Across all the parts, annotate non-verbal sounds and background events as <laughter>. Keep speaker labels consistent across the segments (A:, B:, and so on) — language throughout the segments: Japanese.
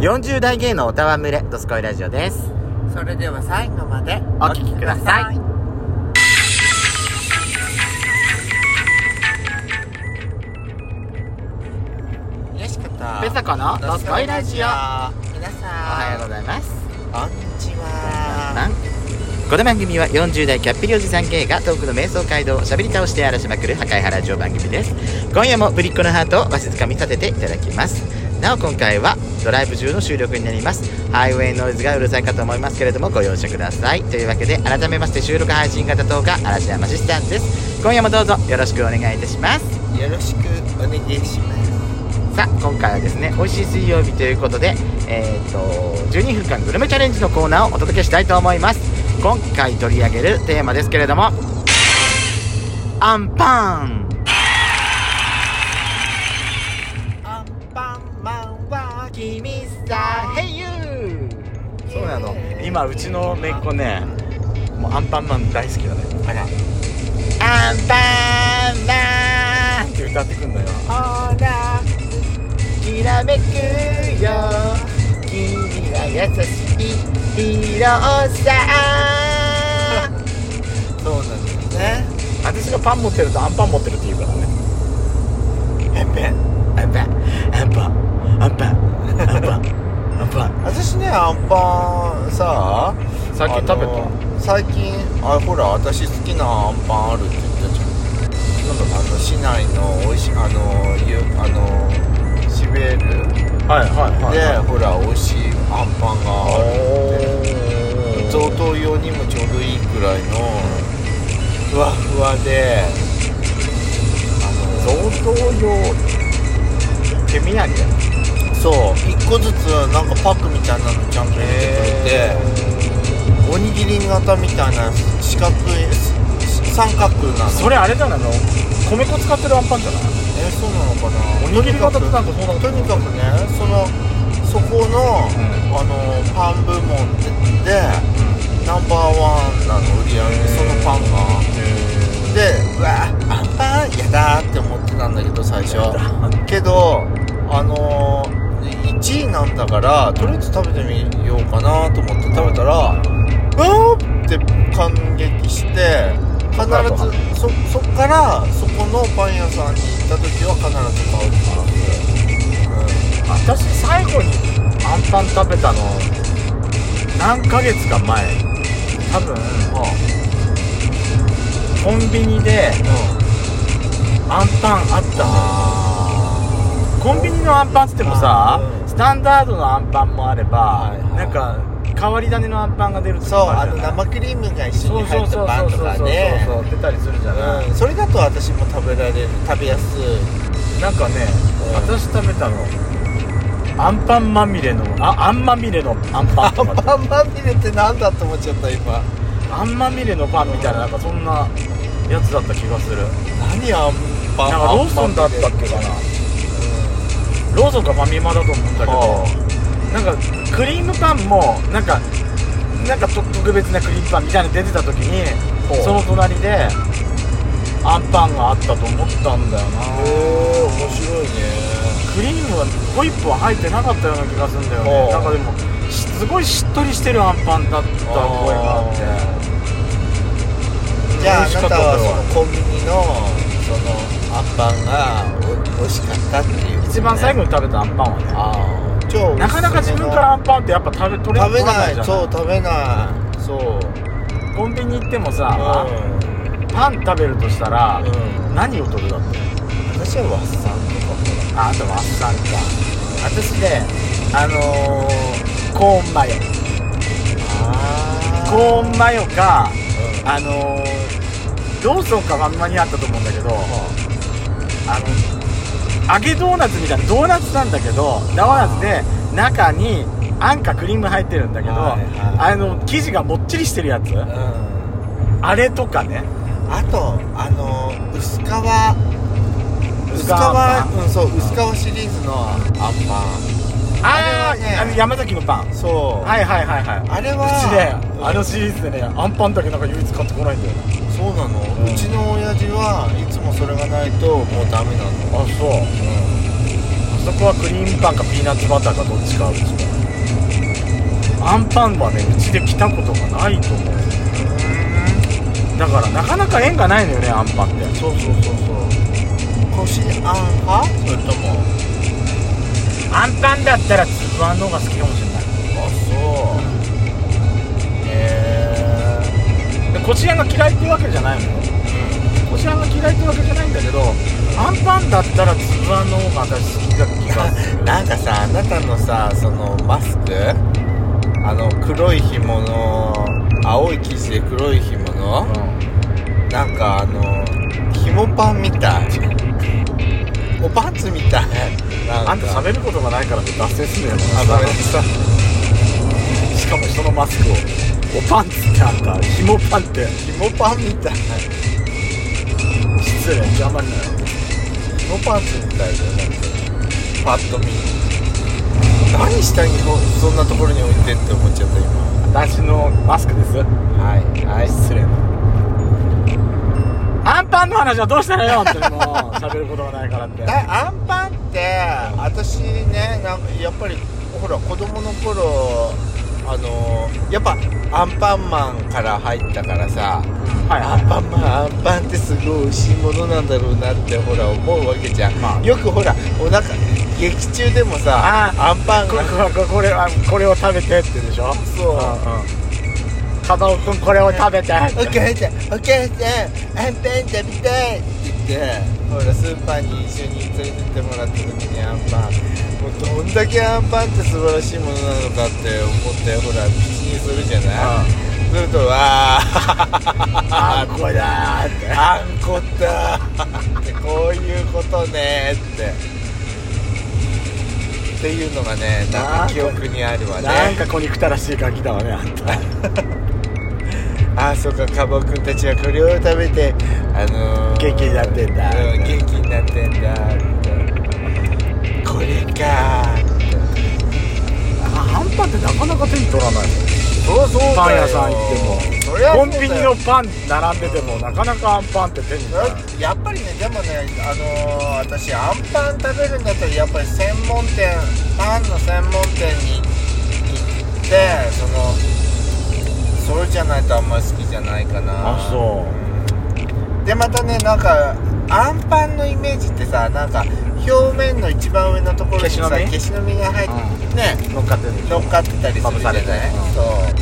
A: 40代芸能おたわむれドスコイラジオです
B: それでは最後まで
A: お聞きください
B: よしかった
A: ペサコのドスコイラジオ
B: 皆さん
A: おはようございます
B: こんにちは
A: なんこの番組は40代キャッピリおじさん芸がトークの瞑想街道をしゃべり倒して荒らしまくる破壊原城番組です今夜もぶりっ子のハートをわしづかみ立てていただきますなお今回はドライブ中の収録になりますハイウェイノイズがうるさいかと思いますけれどもご容赦くださいというわけで改めまして収録配信型10日嵐山シスタンです今夜もどうぞよろしくお願いいたします
B: よろしくお願いします
A: さあ今回はですね美味しい水曜日ということでえっ、と12分間グルメチャレンジのコーナーをお届けしたいと思います今回取り上げるテーマですけれどもアンパン
B: アンパンマンは
A: 君さヘイユーそうなの今うちのめっ子ねもうアンパンマン大好きだね
B: あら
A: アンパンマンって歌ってくんのよ
B: ほら
A: きらめくよ君は優しい色さ
B: そうなんですね
A: 私がパン持ってるとアンパン持ってるって言うからね
B: ペンペン
A: アンパンアンパンアンパンアンパンアンパン
B: 私ねアンパンさ
A: 最近食べた
B: あの最近あほら私好きなアンパンあるって言ったじゃんあの市内のおいしあのゆあのシベール
A: はいはい
B: で、ほら美味しいあんパンが
A: お
B: ある
A: ー
B: 贈答用にもちょうどいいくらいのふわふわであ
A: 贈答用手土産
B: のそう1個ずつなんかパックみたいなのちゃんと入れてくれておにぎり型みたいな四角い三角なの
C: それあれじゃないの米粉使ってるアンパンじゃない
B: えそうなのかな
C: おにぎり型ってなんかそうなの
B: とにかくねそのそこの,、あのパン部門でナンバーワンなの売り上げそのパンがでうわアンパンやだーって思ってたんだけど最初けどあのー1位なんだからとりあえず食べてみようかなと思って食べたらうわーって感激して必ずそそっからそこのパン屋さんに行った時は必ず買うって
C: 私最後にアンパン食べたの何ヶ月か前多分コンビニでアンパンあったのよコンビニのアンパンっつってもさ
B: うん
C: スタンダードのアンパンもあれば
B: はいはい
C: なんか変わり種のアンパンが出る
B: うん
C: と
B: そう
C: か
B: あ
C: ある
B: の
C: じゃない
B: 生クリームが一緒
C: そ
B: に
C: うそう
B: 入った
C: そう
B: パ
C: そ
B: ン
C: う
B: と
C: そう
B: か
C: そう
B: ね
C: そう出たりするじゃない
B: うんそれだと私も食べられる食べやすい
C: なんかね、
B: うん
C: 私食べたのアンパンまみれのああんまみれのアン
B: <laughs>
C: パンとか
B: パンまみれってなんだって思っちゃった今
C: あんまみれのパンみたいななんかそんなやつだった気がする
B: 何あん
C: な
B: パン
C: んかローソンだったっけかなローソンかファミマだと思うんだけどなんかクリームパンもなんかなんかと特別なクリームパンみたいなの出てた時に
B: ほう
C: その隣でアンパンがあったと思ったんだよな
B: へえ面白いね
C: クリームはホイップは入ってなかったような気がするんだよ
B: おう
C: ねなんかでもしすごいしっとりしてるアンパンだった覚えがあって
B: じゃあ
C: 美
B: あ
C: 味しか
B: な
C: ったた
B: は
C: これは
B: そのコンビニのそのアンパンがお美味しかったっていう、
C: 一番最後に食べたアンパンはね
B: ああ超
C: なかなか自分からアンパンってやっぱ食べ取れ
B: 食べ
C: 取ら
B: な
C: じ
B: い
C: ゃない
B: そう食べないそう
C: コンビニ行っても
B: あ
C: さ、パン食べるとしたら、
B: うん
C: 何を取るだって
B: 私はワッサンとか
C: ああとはあっさんか私ねあのー、コーンマヨ
B: あ
C: コーンマヨか
B: う
C: あのー、ローソンかまんまにあったと思うんだけど、あの揚げドーナツみたいなドーナツなんだけどドーナツで中にあんかクリーム入ってるんだけど、
B: はいはい
C: あの生地がもっちりしてるやつ
B: うん
C: あれとかね
B: あとあの薄皮薄
C: 薄
B: 皮
C: 皮あん
B: うんそう薄皮シリーズのアンパあ
C: あ
B: れは
C: ー
B: ね
C: あの山崎のパン
B: ンそう、
C: はいはいはいはい
B: あれは
C: うちね
B: うん
C: あのシリーズでねアンパンだけなんか唯一買ってこないんだよね
B: そうなの、う
C: うん
B: ちの親父はいつもそれがないともうダメなの
C: あそうあそこはクリームパンかピーナッツバターかどっちかあるでしょアンパンはねうちで来たことがないと思うだからなかなか縁がないのよねアンパンって
B: そうそうそうそうこしあん派それとも
C: アンパンだったらつぶあんの方が好きかもしれない
B: あそうへ
C: でこちらが嫌いっていうわけじゃないのよこちらが嫌いってわけじゃないんだけどアンパンだったらつぶあんの方が私好きだ気がす <laughs>
B: え
C: る
B: なんかさあなたのさそのマスクあの黒い紐の青い生地で黒い紐のなんかあの紐パンみたいおパンツみたいなんか
C: あんた喋ることがないからって脱線すんのよ
B: あダメださ
C: しかも人のマスクをおパンツってあんた紐パンって
B: 紐パンみたい
C: 失礼邪魔になる
B: 紐パンツみたいだよなんかパッと見何下にこうそんなところに置いてって思っちゃった今
C: 私のマスクです
B: はいはい失礼な
C: アンパンの話はどうしたのよってもう喋ることがないからって
B: だアンパンって私ねなんかやっぱりほら子供の頃あのやっぱアンパンマンから入ったからさ
C: はい
B: アンパンマンアンパンってすごい美味しいものなんだろうなってほら思うわけじゃん、
C: まあ
B: よくほらお腹劇中でもさ
C: あー
B: アンパン
C: こ
B: が
C: こここれはこれを食べてってでしょ
B: そう
C: カバオくんこれを食べて
B: お母さんお母さんアンパン食べたいって言ってほらスーパーに一緒に連れてってもらった時にアンパンもうどんだけアンパンって素晴らしいものなのかって思ってほら口にするじゃないするとわあ
C: あんこだーって
B: <laughs> あんこだーってこういうことねーってっていうのがねなんか記憶にあるわね
C: なんか小肉たらしいガキだわねあんた
B: ああそうかカバオくんたちはこれを食べてあのー、
C: 元気になってんだ
B: うん元気になってんだこれか
C: あんパンってなかなか手に取らない
B: そうそう
C: パン屋さん行って
B: そりゃ
C: もコ
B: そう
C: ン
B: だよ
C: ビニのパン並んでてもなかなかあんパンって手に取らない
B: やっぱりねでもねあのー、私あんパン食べるんだったらやっぱり専門店パンの専門店に行ってそのそれじゃないとあんまり好きじゃないかな
C: あそう
B: でまたねなんかあんパンのイメージってさなんか表面の一番上のところに
C: 消し
B: さ
C: の実
B: 消しの実が入ってね
C: 乗っかってるでし
B: 乗
C: ょ
B: っかってたりするじゃない
C: まぶされてねうん
B: そう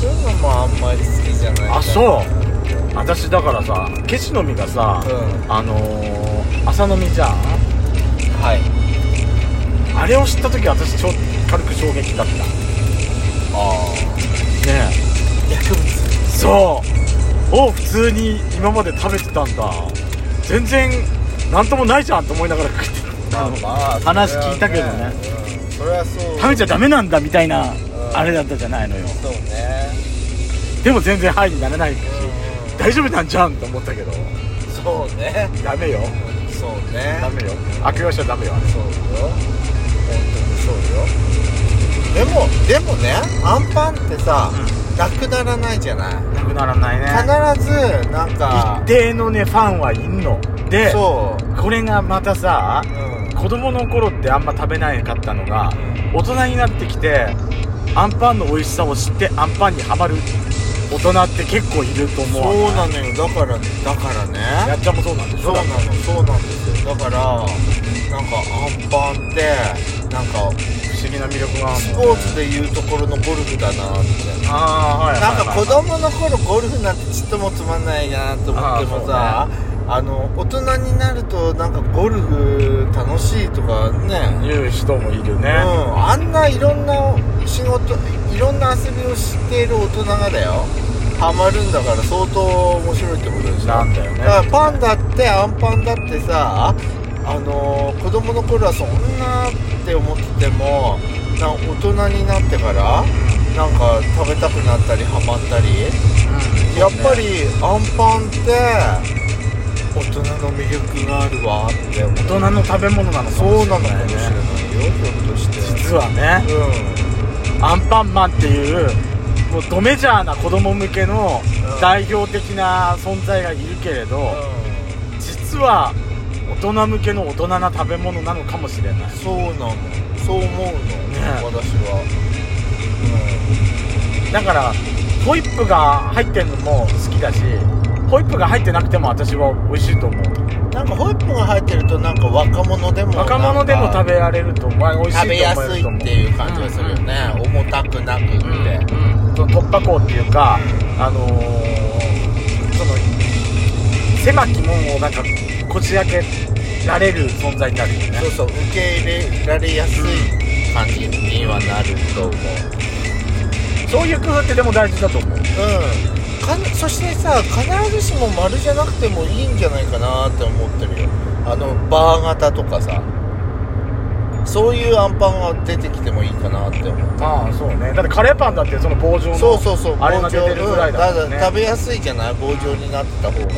B: そういうのもあんまり好きじゃないかな
C: あそう私だからさケシの実がさ、
B: う
C: あのー、朝飲みじゃん
B: はい
C: あれを知った時私ちょ軽く衝撃だった
B: あ
C: ね
B: あ薬物
C: えそうを普通に今まで食べてたんだ全然なんともないじゃんと思いながら食ってたの
B: まあ
C: 話聞いたけどね
B: それはそう
C: <laughs> 食べちゃダメなんだみたいな
B: うん
C: あれだったじゃないのよ
B: そうね
C: でも全然ハイになれないし大丈夫なんじゃんと思ったけど
B: そうね
C: ダメよ
B: そうね
C: ダメよ悪用しちゃダメよあれ
B: そうよ本当にそうよでもでもねアンパンってさ、なくならないじゃない
C: なくならない
B: 必ずなんか
C: 一定のねファンはいんので
B: そう
C: これがまたさ
B: うん
C: 子供の頃ってあんま食べなかったのが
B: う
C: 大人になってきてアンパンの美味しさを知ってアンパンにハマる大人って結構いると思う
B: そうなのよだからねだからね
C: やっちゃんもそうなんでし
B: そ
C: ょ
B: うなのそうなんですよだからなんかアンパンってなんか
C: 不思議な魅力がある
B: スポーツでいうところのゴルフだなみたいな
C: ああはいはい
B: なんか子供の頃ゴルフなんてちっともつまんないなと思ってもさあ,、
C: あ
B: の大人になるとなんかゴルフ楽しいとかね
C: 言う人もいる
B: う
C: ね
B: ん、あんないろんな仕事いろんな遊びを知っている大人がだよハマるんだから相当面白いってことでしょ
C: なんだよね
B: だからパンだってアンパンだってさあのー子供の頃はそんなって思っててもな大人になってからなんか食べたくなったりハマったり、
C: うん
B: やっぱりアンパンって大人の魅力があるわって思う
C: 大人の食べ物なのか
B: そう
C: もしれ
B: なのかもしれ
C: な
B: ないい
C: ね
B: よひょっとして
C: 実はね
B: う
C: アンパンマンっていうもうドメジャーな子供向けの
B: うん
C: 代表的な存在がいるけれど、
B: ん、
C: 実は大人向けの大人な食べ物なのかもしれない
B: そうなのそう思うの、私は、うん
D: だからホイップが入ってるのも好きだしホイップが入ってなくても私は美味しいと思う
B: なんかホイップが入ってるとなんか若者でも
D: 若者でも食べられると思う美味し
B: 食べ
D: いと
B: やす
D: 思える
B: い
D: と思う
B: っていう感じがするよね、重たくなくって、
D: うん、その突破口っていうか、あのーその狭き門をなんかこじ開けられる存在になるよね
B: そうそう受け入れられやすい感じにはなると思う
D: そういう工夫ってでも大事だと思う
B: うんかんそしてさ必ずしも丸じゃなくてもいいんじゃないかなって思ってるよあのバー型とかさそういうアンパンが出てきてもいいかなって思う
D: ああそうねだってカレーパンだってその棒状の
B: そうそうそう
D: あれが出てるぐらいだもんね
B: うんただ食べやすいじゃない棒状になってた方が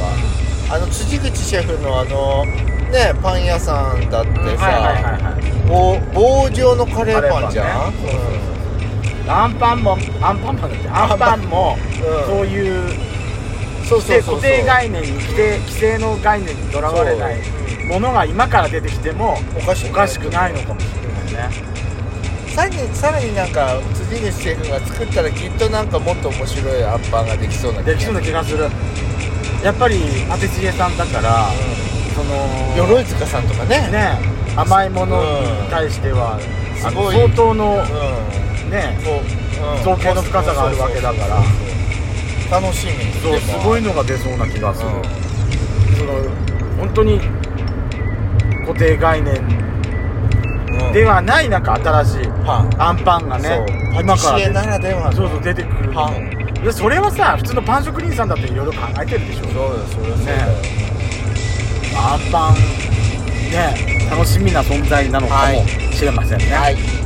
B: あの辻口シェフのあのねパン屋さんだってさ、
D: はいはいはいはい
B: 棒棒状のカレーパンじゃん、
D: カレーパンねアンパンもアンパンパンだってアンパンも
B: うん
D: そういう
B: うんそうそう
D: で
B: そうそう
D: 固定概念に規定規制の概念にとらわれないものが今から出てきても
B: おかし
D: お
B: く
D: かしくないのかもしれないね
B: さらにさらになんか辻口シェフが作ったらきっとなんかもっと面白いアンパンができそうな気
D: で
B: が
D: きそうな気がするやっぱりパティシエさんだから、その
B: 鎧塚さんとかね
D: ね甘いものに対しては、
B: うん
D: あ
B: すご
D: の
B: い
D: 相当
B: う
D: の
B: ん
D: ね
B: こう、うん、
D: 造形の深さがあるわけだから
B: ら楽しみに
D: そうすごい
B: ね
D: のが出そうな気がする、
B: う
D: その本当に固定概念
B: んうん
D: ではないなんか新しい
B: パン
D: アンパンがね
B: そうパ
D: 今
B: テ
D: か
B: ィ
D: ら
B: シエならではの
D: そうそう出てくる
B: パン
D: いやそれはさ普通のパン職人さんだっていろいろ考えてるでしょ
B: そうだよそうだよ
D: ねアンパンね楽しみな存在なのかもしれませんね、
B: はい